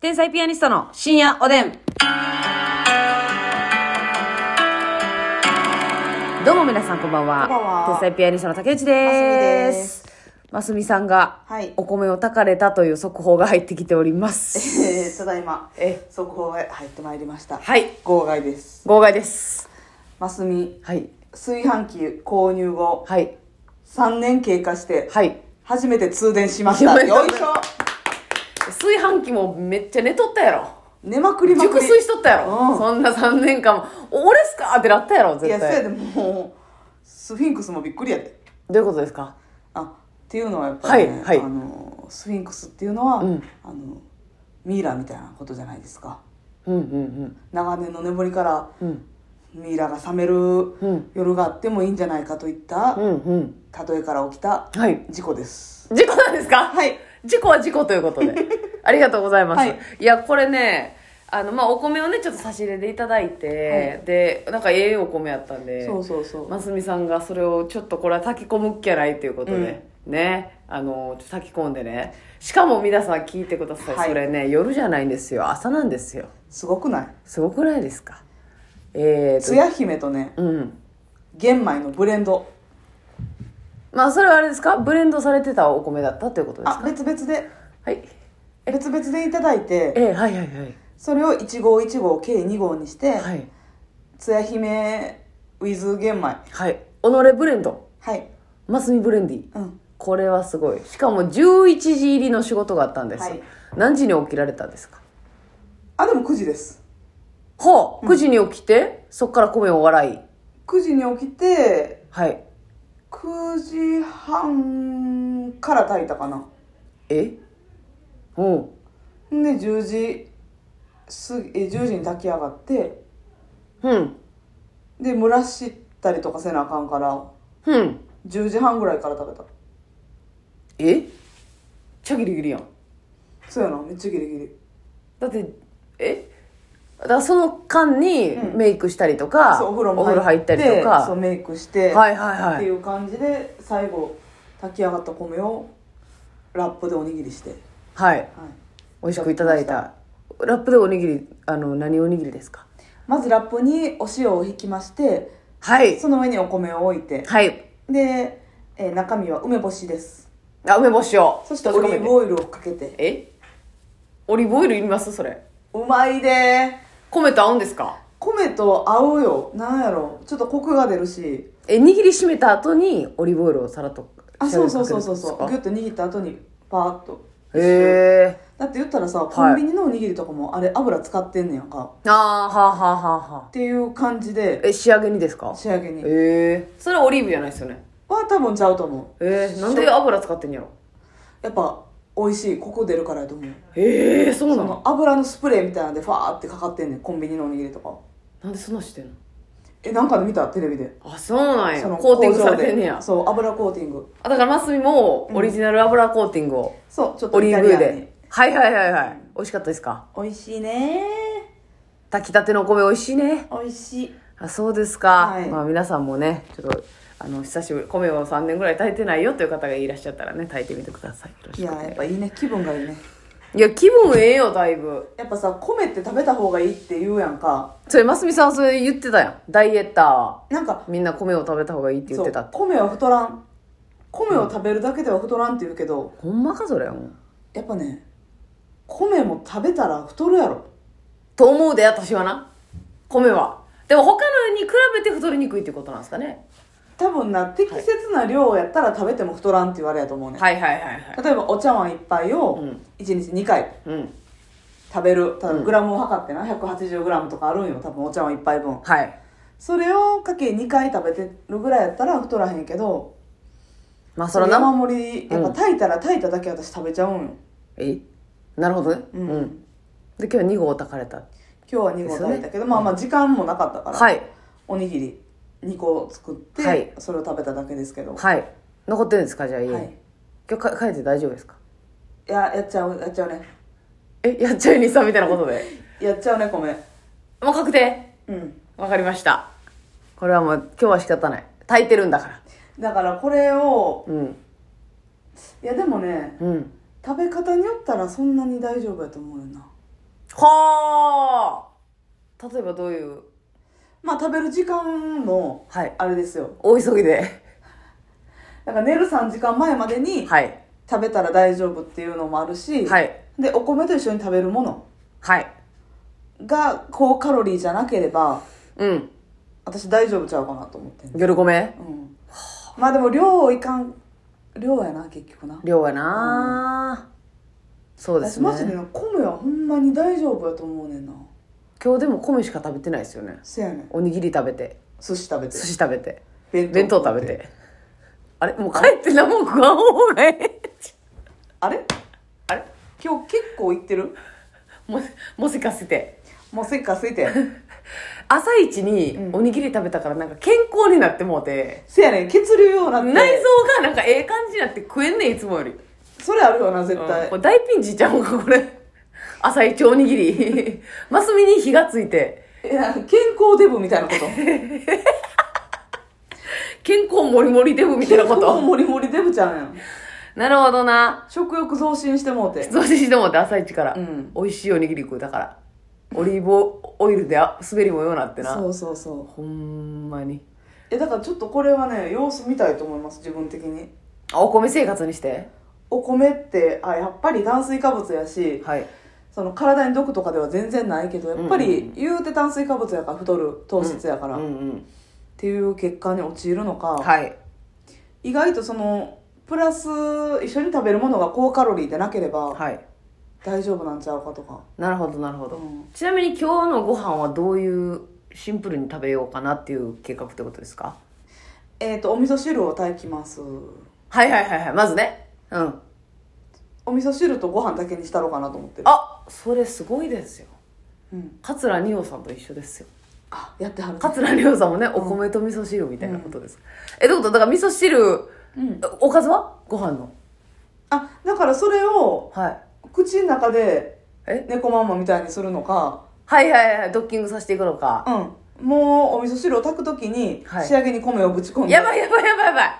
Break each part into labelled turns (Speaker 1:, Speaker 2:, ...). Speaker 1: 天才ピアニストの深夜おでん。どうも皆さんこんばんは。
Speaker 2: こんばんは
Speaker 1: 天才ピアニストの竹内で。
Speaker 2: ますみです
Speaker 1: ますみさんが
Speaker 2: はい
Speaker 1: お米を炊かれたという速報が入ってきております。
Speaker 2: えーただいま
Speaker 1: え
Speaker 2: 速報が入ってまいりました
Speaker 1: はい
Speaker 2: 号外です
Speaker 1: 号外です。
Speaker 2: ますみ
Speaker 1: はい。
Speaker 2: 炊飯器購入後
Speaker 1: はい。
Speaker 2: 3年経過して
Speaker 1: はい。
Speaker 2: 初めて通電しました
Speaker 1: おめでとう
Speaker 2: よい
Speaker 1: ご
Speaker 2: し
Speaker 1: ざい
Speaker 2: ょ
Speaker 1: ます炊飯器もめっちゃ寝とったやろ。
Speaker 2: 寝まくりまくり
Speaker 1: 熟睡しとったやろ。
Speaker 2: うん
Speaker 1: そんな3年間も、お俺っすかってなったやろ、
Speaker 2: いや
Speaker 1: 絶
Speaker 2: そや
Speaker 1: 対。
Speaker 2: でもうスフィンクスもびっくりやで
Speaker 1: どういうことですか
Speaker 2: あっていうのはやっぱり、ね
Speaker 1: はいはい
Speaker 2: あのスフィンクスっていうのは、
Speaker 1: うん
Speaker 2: あのミイラみたいなことじゃないですか
Speaker 1: うんうん
Speaker 2: 長年の眠りから
Speaker 1: うん。うん。
Speaker 2: ミイラが覚め
Speaker 1: ん
Speaker 2: る夜があってもいいんじゃないかといった
Speaker 1: うんうん。
Speaker 2: 例えから起きた
Speaker 1: はい。
Speaker 2: 事故です
Speaker 1: 事故なんですか
Speaker 2: はい
Speaker 1: 事故は事故ということ で。ありがとうございます。
Speaker 2: はいい、
Speaker 1: や、これね、あの、まあ、お米をね、ちょっと差し入れでいただいて、
Speaker 2: は
Speaker 1: で、なんかええお米やったんで、
Speaker 2: そうそうそう、
Speaker 1: ますみさんがそれをちょっとこれは炊き込むっきゃないということで、ね、あの、ちょっと炊き込んでね。しかも皆さん聞いてください。
Speaker 2: はい
Speaker 1: それね、夜じゃないんですよ。朝なんですよ。
Speaker 2: すごくない
Speaker 1: すごくないですかえ
Speaker 2: つ
Speaker 1: ー
Speaker 2: や姫とね
Speaker 1: と、うん。
Speaker 2: 玄米のブレンド
Speaker 1: まあ、それはあれですかブレンドされてたお米だったということです
Speaker 2: あ
Speaker 1: か
Speaker 2: 別々で
Speaker 1: はい。
Speaker 2: 別々でいただいて
Speaker 1: えー、はいはいはい。
Speaker 2: それを1号1号計2号にして
Speaker 1: はい。
Speaker 2: つや姫 with 玄米
Speaker 1: はい。己ブレンド。
Speaker 2: はい
Speaker 1: マスミブレンディ。
Speaker 2: うん
Speaker 1: これはすごい。しかも11時入りの仕事があったんです。
Speaker 2: はい
Speaker 1: 何時に起きられたんですか
Speaker 2: あでも9時です
Speaker 1: はあ、9時に起きて、そっから米を笑い。
Speaker 2: 9時に起きて
Speaker 1: はい。
Speaker 2: 9時半から炊いたかな
Speaker 1: えうん。
Speaker 2: で10時すぎえ10時に炊き上がって
Speaker 1: うん。
Speaker 2: で蒸らしたりとかせなあかんから
Speaker 1: うん。
Speaker 2: 10時半ぐらいから食べた
Speaker 1: えめっちゃギリギリやん。
Speaker 2: そうやなめっちゃギリギリ
Speaker 1: だって、えだからその間にメイクしたりとか、
Speaker 2: そうお風呂も
Speaker 1: 入ったりとか。
Speaker 2: そ
Speaker 1: は
Speaker 2: うメイクして、
Speaker 1: いはいは
Speaker 2: って
Speaker 1: い
Speaker 2: い。う感じで最後炊き上がった米をラップでおにぎりして、は
Speaker 1: は
Speaker 2: い、
Speaker 1: い。美味しくいただいた。ラップでおにぎり、あの、何おにぎりですか
Speaker 2: まずラップにお塩をひきまして
Speaker 1: はい。
Speaker 2: その上にお米を置いて
Speaker 1: はい。
Speaker 2: で、えー中身は梅干しです
Speaker 1: あ、梅干しを。
Speaker 2: そしてオリーブ
Speaker 1: オイ
Speaker 2: オイルをかけて
Speaker 1: ル。えオリーブオイルいりますそれ。
Speaker 2: うまいで
Speaker 1: 米と合うんですか
Speaker 2: 米と合うよなんやろちょっとコクが出るし
Speaker 1: え、握りしめた後にオリーブオイルをさらっと。
Speaker 2: あそうそうそうそう
Speaker 1: しゃ
Speaker 2: そう
Speaker 1: べり
Speaker 2: ギュッと握った後にパーッと
Speaker 1: かけるんですかへえ。
Speaker 2: だって言ったらさ
Speaker 1: い
Speaker 2: コンビニのおにぎりとかもあれ油使ってんねやんか
Speaker 1: あーはあはあはあはあ
Speaker 2: っ。ていう感じで
Speaker 1: え、仕上げにですか
Speaker 2: 仕上げに
Speaker 1: へえ。それはオリーブじゃないですよね。
Speaker 2: は多分ちゃうと思う
Speaker 1: えー、なんで油使ってんやろ
Speaker 2: やっぱ美味しいコク出るからやと思う
Speaker 1: ええー、そうな
Speaker 2: そ
Speaker 1: の
Speaker 2: の油のスプレーみたいなんでファーってかかってんねんコンビニのおにぎりとか
Speaker 1: なんでそんなんしてんの
Speaker 2: えなんかで見たテレビで
Speaker 1: あ、そうなんや
Speaker 2: そ。の
Speaker 1: コーティング
Speaker 2: 工
Speaker 1: さ
Speaker 2: 場
Speaker 1: れ
Speaker 2: で
Speaker 1: てんねや。
Speaker 2: そう油コーティング
Speaker 1: あ、だからマスミもオリジナル油コーティングを、
Speaker 2: そうちょっと
Speaker 1: オリーブ
Speaker 2: イ
Speaker 1: 油
Speaker 2: タリアンに
Speaker 1: で。はいはいはいはい。美味しかったですか
Speaker 2: 美味しいね
Speaker 1: 炊きたてのお米美味しいね。
Speaker 2: 美味しい
Speaker 1: あそうですか、
Speaker 2: はい
Speaker 1: まあ、皆さんもねちょっとあの久しぶり米を3年ぐらい炊いてないよという方がいらっしゃったらね炊いてみてくださいよろし
Speaker 2: い
Speaker 1: くお
Speaker 2: や
Speaker 1: 願い
Speaker 2: やっぱいいね気分がいいね
Speaker 1: いや気分ええよだいぶ
Speaker 2: やっぱさ米って食べた方がいいって言うやんか
Speaker 1: それますみさんそれ言ってたやんダイエッターは
Speaker 2: なんか
Speaker 1: みんな米を食べた方がいいって言ってたって
Speaker 2: そう米は太らん米を食べるだけでは太らんって言うけど、
Speaker 1: ほんまかそれもう
Speaker 2: やっぱね米も食べたら太るやろ
Speaker 1: と思うで私はな米はでも他のに比べて太りにくいってことなんですかね
Speaker 2: 多分な適切な量やったら食べても太らんって言われやと思うね、
Speaker 1: はいはいはいはい
Speaker 2: 例えばお茶碗一杯を
Speaker 1: うん
Speaker 2: 1日2回
Speaker 1: うん
Speaker 2: 食べるただ
Speaker 1: うん
Speaker 2: グラムを測ってな 180g とかあるんよ多分お茶碗一杯分
Speaker 1: はい
Speaker 2: それをかけ2回食べてるぐらいやったら太らへんけど
Speaker 1: まあそ
Speaker 2: そ
Speaker 1: れ
Speaker 2: の
Speaker 1: はな
Speaker 2: 山盛りやっぱ炊いたら炊いただけ私食べちゃうんよ、
Speaker 1: えなるほどねう、
Speaker 2: うんん
Speaker 1: で今日は2合炊かれた
Speaker 2: 今日は2
Speaker 1: で
Speaker 2: 合
Speaker 1: すよね
Speaker 2: 炊いたけど、まあまあ時間もなかったから、
Speaker 1: はい
Speaker 2: おにぎり2個作って、
Speaker 1: はい
Speaker 2: それを食べただけですけど、
Speaker 1: はい残ってるんですかじゃあ家に、
Speaker 2: はい
Speaker 1: 今日か帰って大丈夫ですか
Speaker 2: いややっちゃうやっちゃうね
Speaker 1: えやっちゃいにさんみたいなことで
Speaker 2: やっちゃうね米
Speaker 1: もう確定
Speaker 2: うん
Speaker 1: わかりましたこれはもう今日は仕方ない炊いてるんだから
Speaker 2: だからこれを
Speaker 1: うん
Speaker 2: いやでもね
Speaker 1: うん
Speaker 2: 食べ方によったらそんなに大丈夫やと思うよな
Speaker 1: はあ例えばどういう
Speaker 2: まあ食べる時間も
Speaker 1: はい
Speaker 2: あれですよ
Speaker 1: 大急ぎで
Speaker 2: だから寝る3時間前までに
Speaker 1: はい
Speaker 2: 食べたら大丈夫っていうのもあるし、
Speaker 1: はい
Speaker 2: でお米と一緒に食べるもの
Speaker 1: はい
Speaker 2: が高カロリーじゃなければ
Speaker 1: うん
Speaker 2: 私大丈夫ちゃうかなと思ってんの
Speaker 1: 夜米
Speaker 2: うんまあでも量いかん量やな結局な
Speaker 1: 量やな、そうです
Speaker 2: 私
Speaker 1: ね
Speaker 2: マジでな米はほんまに大丈夫やと思うねんな
Speaker 1: 今日でも米しか食べてないですよね
Speaker 2: せやねん
Speaker 1: おにぎり食べて
Speaker 2: 寿司食べて
Speaker 1: 寿司食べて
Speaker 2: 弁
Speaker 1: 弁当食べてあれもう帰って何も食わん方がええ
Speaker 2: あれ
Speaker 1: あれ
Speaker 2: 今日結構いってる
Speaker 1: ももしかして
Speaker 2: もうせっかすいて
Speaker 1: 朝一におにぎり食べたからなんか健康になってもうて、
Speaker 2: せやねん血流ようなって
Speaker 1: 内臓がなんかええ感じになって食えんねんいつもより、
Speaker 2: それあるよな絶対、
Speaker 1: これ大ピンチちゃうんかこれ朝一おにぎり マスミに火がついて
Speaker 2: いや健康デブみたいなこと
Speaker 1: 健康もりもりデブみたいな こ
Speaker 2: 健康
Speaker 1: と
Speaker 2: もりもりデブちゃうやん
Speaker 1: なるほどな
Speaker 2: 食欲増進してもうて
Speaker 1: 増進してもって朝一から、
Speaker 2: うん
Speaker 1: 美味しいおにぎり食うだからオリーブオイルであ滑りもようなってな
Speaker 2: そうそうそう
Speaker 1: ほんまに
Speaker 2: えだからちょっとこれはね様子見たいと思います自分的に
Speaker 1: あお米生活にして
Speaker 2: お米ってあやっぱり炭水化物やし
Speaker 1: はい
Speaker 2: その体に毒とかでは全然ないけどやっぱ
Speaker 1: うんうんう
Speaker 2: り言うて炭水化物やから太る糖質やから、
Speaker 1: う
Speaker 2: っ
Speaker 1: んうん
Speaker 2: ていう結果に陥るのか、
Speaker 1: はい
Speaker 2: 意外とそのプラス一緒に食べるものが高カロリーでなければ
Speaker 1: はい
Speaker 2: 大丈夫なんちゃうかとか、
Speaker 1: なるほどなるほど、
Speaker 2: うん
Speaker 1: ちなみに今日のご飯はどういうシンプルに食べようかなっていう計画ってことですか
Speaker 2: えっ、とお味噌汁を炊きます
Speaker 1: はいはいはいはいまずねうん
Speaker 2: お味噌汁とご飯だけにしたろうかなと思ってるあ,、
Speaker 1: あそれすごいですよ
Speaker 2: うん、
Speaker 1: 桂二葉さんと一緒ですよ
Speaker 2: あやってはる
Speaker 1: 桂二葉さんもねお米と味噌汁みたいなことです、えどういうことだから味噌汁、
Speaker 2: うん
Speaker 1: おかずはご飯の
Speaker 2: あだからそれを
Speaker 1: はい
Speaker 2: 口の中で
Speaker 1: え
Speaker 2: 猫まんまみたいにするのか
Speaker 1: はいはいはいドッキングさせていくのか、
Speaker 2: うんもうお味噌汁を炊くときに
Speaker 1: はい
Speaker 2: 仕上げに米をぶち込ん で、
Speaker 1: やばいやばいやばいやばい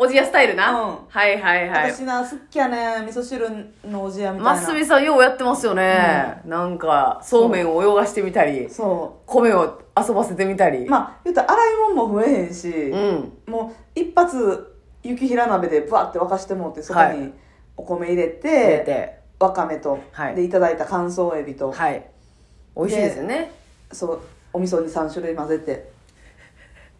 Speaker 1: おじやスタイルな、
Speaker 2: うん
Speaker 1: はいはいはい
Speaker 2: 私な好きやね味噌汁のおじやみた
Speaker 1: マ
Speaker 2: い
Speaker 1: ス
Speaker 2: な
Speaker 1: ミさんようやってますよね、なんかそうめんを泳がしてみたり
Speaker 2: そ
Speaker 1: 米を遊ばせてみたり、
Speaker 2: うまあ言ったら洗い物も増えへんし、
Speaker 1: うん
Speaker 2: もう一発雪平鍋でバーって沸かしてもってそこ
Speaker 1: は
Speaker 2: にお米入れて,、
Speaker 1: 入れて
Speaker 2: わかめと、
Speaker 1: はい
Speaker 2: でいただいた乾燥エビと、
Speaker 1: はい美味しいですよね
Speaker 2: そうお味噌に3種類混ぜて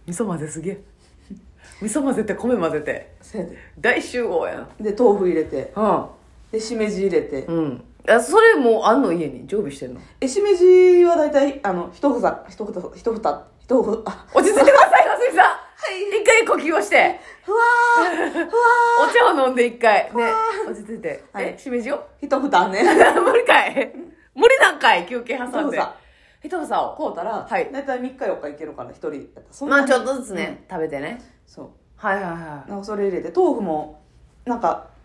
Speaker 1: 味噌混ぜすげえ 味噌混ぜて米混ぜて
Speaker 2: せやで
Speaker 1: 大集合やん
Speaker 2: で豆腐入れて
Speaker 1: うん
Speaker 2: でしめじ入れて、
Speaker 1: うんあそれもうあんの家に常備してんの
Speaker 2: えしめじは大体あの一房一房一房一房あ
Speaker 1: 落ち着いてくださ いマスミさん
Speaker 2: い
Speaker 1: 一回呼吸をして
Speaker 2: ふわ ーふわ
Speaker 1: お茶を飲んで一回ね
Speaker 2: わ
Speaker 1: 落ち着いて、
Speaker 2: はい
Speaker 1: えしめじを
Speaker 2: ー一房 ね
Speaker 1: 無理かい無理なんかい休憩挟んで
Speaker 2: 一房
Speaker 1: ひとさを
Speaker 2: こうたら、
Speaker 1: はい
Speaker 2: 大体3日4日いけるから1人やったらそんな
Speaker 1: まあ
Speaker 2: に
Speaker 1: ちょっとずつね、食べてね
Speaker 2: そ
Speaker 1: はいはいは
Speaker 2: うなんかそれ入れて豆腐もなんか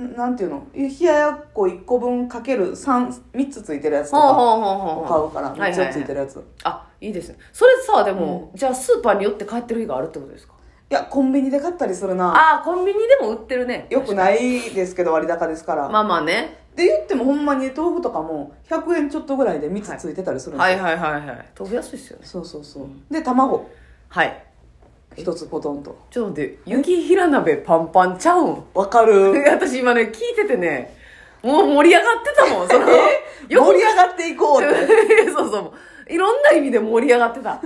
Speaker 2: んなんていうの冷ややっこ1個分かける 3, 3つついてるやつと
Speaker 1: ほう
Speaker 2: か
Speaker 1: ほうほうほ
Speaker 2: を
Speaker 1: う
Speaker 2: 買うから
Speaker 1: はい
Speaker 2: 3
Speaker 1: はいは
Speaker 2: つ
Speaker 1: い
Speaker 2: ついてるやつ、い
Speaker 1: あいいですねそれさでも、じゃあスーパーに寄って帰ってる日があるってことですか
Speaker 2: やコンビニで買ったりするな
Speaker 1: ああコンビニでも売ってるね
Speaker 2: よくないですけど割高ですから、
Speaker 1: まあまあね
Speaker 2: で言ってもほんまに豆腐とかも100円ちょっとぐらいで3つついてたりするんですよ
Speaker 1: はいはいはいはい豆腐安いっすよね
Speaker 2: そうそうそうで卵
Speaker 1: はい
Speaker 2: 一つポトンと
Speaker 1: ちょっと待って雪平鍋パンパンちゃうん
Speaker 2: わかる
Speaker 1: 私今ね聞いててねもう盛り上がってたもんその
Speaker 2: 盛り
Speaker 1: よく
Speaker 2: 上がっていこうっ て
Speaker 1: そうそういろんな意味で盛り上がってた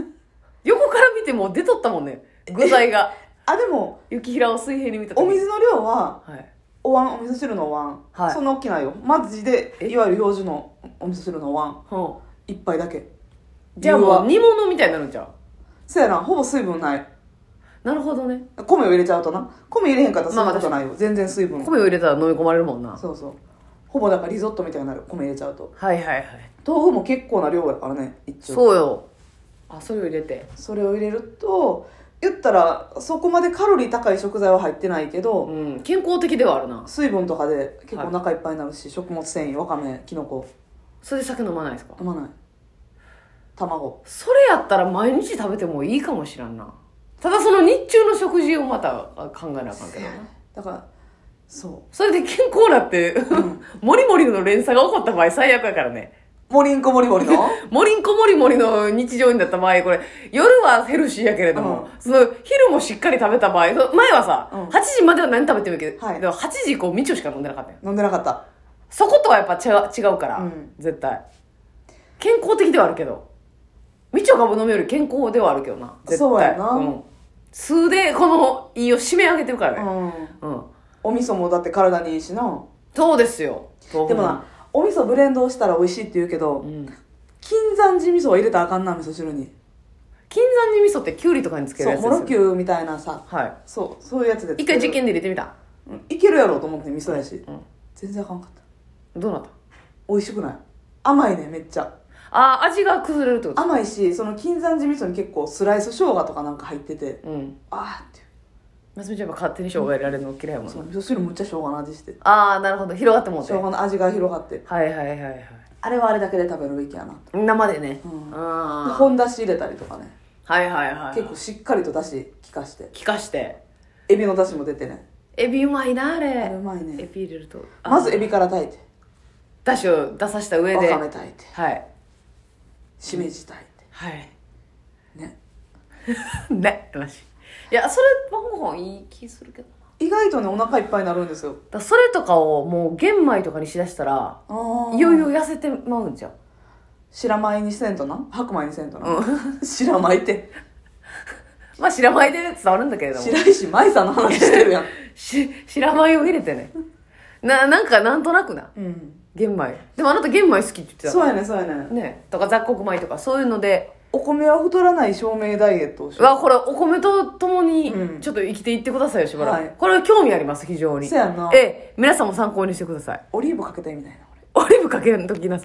Speaker 1: 横から見てもう出とったもんね具材が
Speaker 2: あでも
Speaker 1: 雪平を水平に見た時
Speaker 2: お水の量は
Speaker 1: はい
Speaker 2: お椀お味噌汁のお椀、
Speaker 1: はい
Speaker 2: そんな大きないよマジで
Speaker 1: え
Speaker 2: いわゆる表示のお味噌汁のお椀
Speaker 1: ほ
Speaker 2: 一杯だけ
Speaker 1: うじゃあもう
Speaker 2: う
Speaker 1: 煮物みたいになるんちゃう
Speaker 2: そやなほぼ水分ない
Speaker 1: なるほどね
Speaker 2: 米を入れちゃうとな米入れへんかった
Speaker 1: ま
Speaker 2: らそ
Speaker 1: あ
Speaker 2: ん
Speaker 1: ま
Speaker 2: な
Speaker 1: あ
Speaker 2: ことないよ、全然水分
Speaker 1: 米を入れたら飲み込まれるもんなはい
Speaker 2: そうそうほぼだからリゾットみたいになる米入れちゃうと
Speaker 1: はいはい
Speaker 2: 豆腐も結構な量やからね一応
Speaker 1: そうよあそれを入れて
Speaker 2: それを入れると言ったらそこまでカロリー高い食材は入ってないけど、
Speaker 1: うん健康的ではあるな
Speaker 2: 水分とかで結構お腹いっぱいになるし、食物繊維わかめきのこ
Speaker 1: それで酒飲まないですか
Speaker 2: 飲まない卵
Speaker 1: それやったら毎日食べてもいいかもしらんなただその日中の食事をまた考えなあかんけど
Speaker 2: だからそ
Speaker 1: それで健康なって、モリモリの連鎖が起こった場合最悪やからね。
Speaker 2: モリンコモリモリ の
Speaker 1: もりんこもりもりの日常になった場合、これ、夜はヘルシーやけれども、その、昼もしっかり食べた場合、その前はさ、
Speaker 2: うん
Speaker 1: 8時までは何食べてもいいけど、
Speaker 2: はい
Speaker 1: でも8時以降、みちょしか飲んでなかったよ。
Speaker 2: 飲んでなかった
Speaker 1: そことはやっぱ違う違うから、
Speaker 2: うん
Speaker 1: 絶対。健康的ではあるけど、みちょがぶ飲むより健康ではあるけどな、絶対。。
Speaker 2: そうやなん
Speaker 1: 数で、この、胃を締め上げてるからね。
Speaker 2: うん
Speaker 1: うん。
Speaker 2: お味噌もだって体にいいしな
Speaker 1: そうですよ。豆
Speaker 2: で
Speaker 1: 腐
Speaker 2: もな、お味噌ブレンドしたら美味しいって言うけど、
Speaker 1: うん。
Speaker 2: 金山寺味噌は入れたらあかんな味噌汁に
Speaker 1: 金山寺味噌ってきゅうりとかにつける
Speaker 2: そ
Speaker 1: や
Speaker 2: う
Speaker 1: つ
Speaker 2: モ
Speaker 1: です
Speaker 2: ロ
Speaker 1: よ、
Speaker 2: キュみたいなさ
Speaker 1: は
Speaker 2: そうそういうやつで
Speaker 1: い。一回実
Speaker 2: 作る
Speaker 1: 験で入れてみた。
Speaker 2: うんいけるやろうと思って味噌やし、
Speaker 1: ん
Speaker 2: 全然あかんかった
Speaker 1: どうなった
Speaker 2: 美味しくない甘いねめっちゃ
Speaker 1: あー、味が崩れるってこと
Speaker 2: 甘いしその金山寺味噌に結構スライス生姜とかなんか入ってて
Speaker 1: うん。
Speaker 2: あーっていう
Speaker 1: ますみちゃんは勝手に生姜入れられるの嫌いやもん
Speaker 2: そ
Speaker 1: な
Speaker 2: う味噌汁むっちゃ生姜の味して
Speaker 1: あー、なるほど。広がってもうて。
Speaker 2: 生
Speaker 1: は
Speaker 2: 姜の味が広がって
Speaker 1: いはいはいはい。
Speaker 2: あれはあれだけで食べるべきやな
Speaker 1: 生でね。
Speaker 2: うん
Speaker 1: あー。
Speaker 2: 本だし入れたりとかね
Speaker 1: はいはいはい。
Speaker 2: 結構しっかりとだし効かして
Speaker 1: 効かして。
Speaker 2: エビのだしも出てね
Speaker 1: エビうまいな、あれ。
Speaker 2: あれうまい
Speaker 1: エ
Speaker 2: ね
Speaker 1: ビ入れると。あ
Speaker 2: まずエビから炊いて
Speaker 1: だしを出さした上
Speaker 2: わ
Speaker 1: で。
Speaker 2: か
Speaker 1: は
Speaker 2: め
Speaker 1: い。
Speaker 2: 炊いて
Speaker 1: はい。
Speaker 2: しめじ炊いてね
Speaker 1: ね、マジ。いや、それ、バンバンいい気するけど。
Speaker 2: 意外とねお腹いっぱいになるんですよ
Speaker 1: だからそれとかをもう玄米とかにしだしたら、
Speaker 2: あ
Speaker 1: いよいよ痩せてまうんじゃん。
Speaker 2: 白米にせんとな白米にせんとな、
Speaker 1: う
Speaker 2: 白米って
Speaker 1: まあ、白米で伝わるんだけれども。
Speaker 2: 白石麻衣さんの話し てるやん、
Speaker 1: し、白米を入れてね。な、なんかなんとなくな。
Speaker 2: うん、
Speaker 1: 玄米。でもあなた玄米好きって言ってたか
Speaker 2: そうやねそうやね
Speaker 1: ら。ね。とか雑穀米とかそういうので、
Speaker 2: お米は太らない証明ダイエットをし
Speaker 1: うわ、これお米と共に
Speaker 2: うん
Speaker 1: ちょっと生きていってくださいよ、しばらく。
Speaker 2: はい
Speaker 1: これ興味あります、非常に
Speaker 2: そ。やんな
Speaker 1: ええ、皆さんも参考にしてください。
Speaker 2: オリーブかけてみたいな
Speaker 1: オリーブかけんときなさい。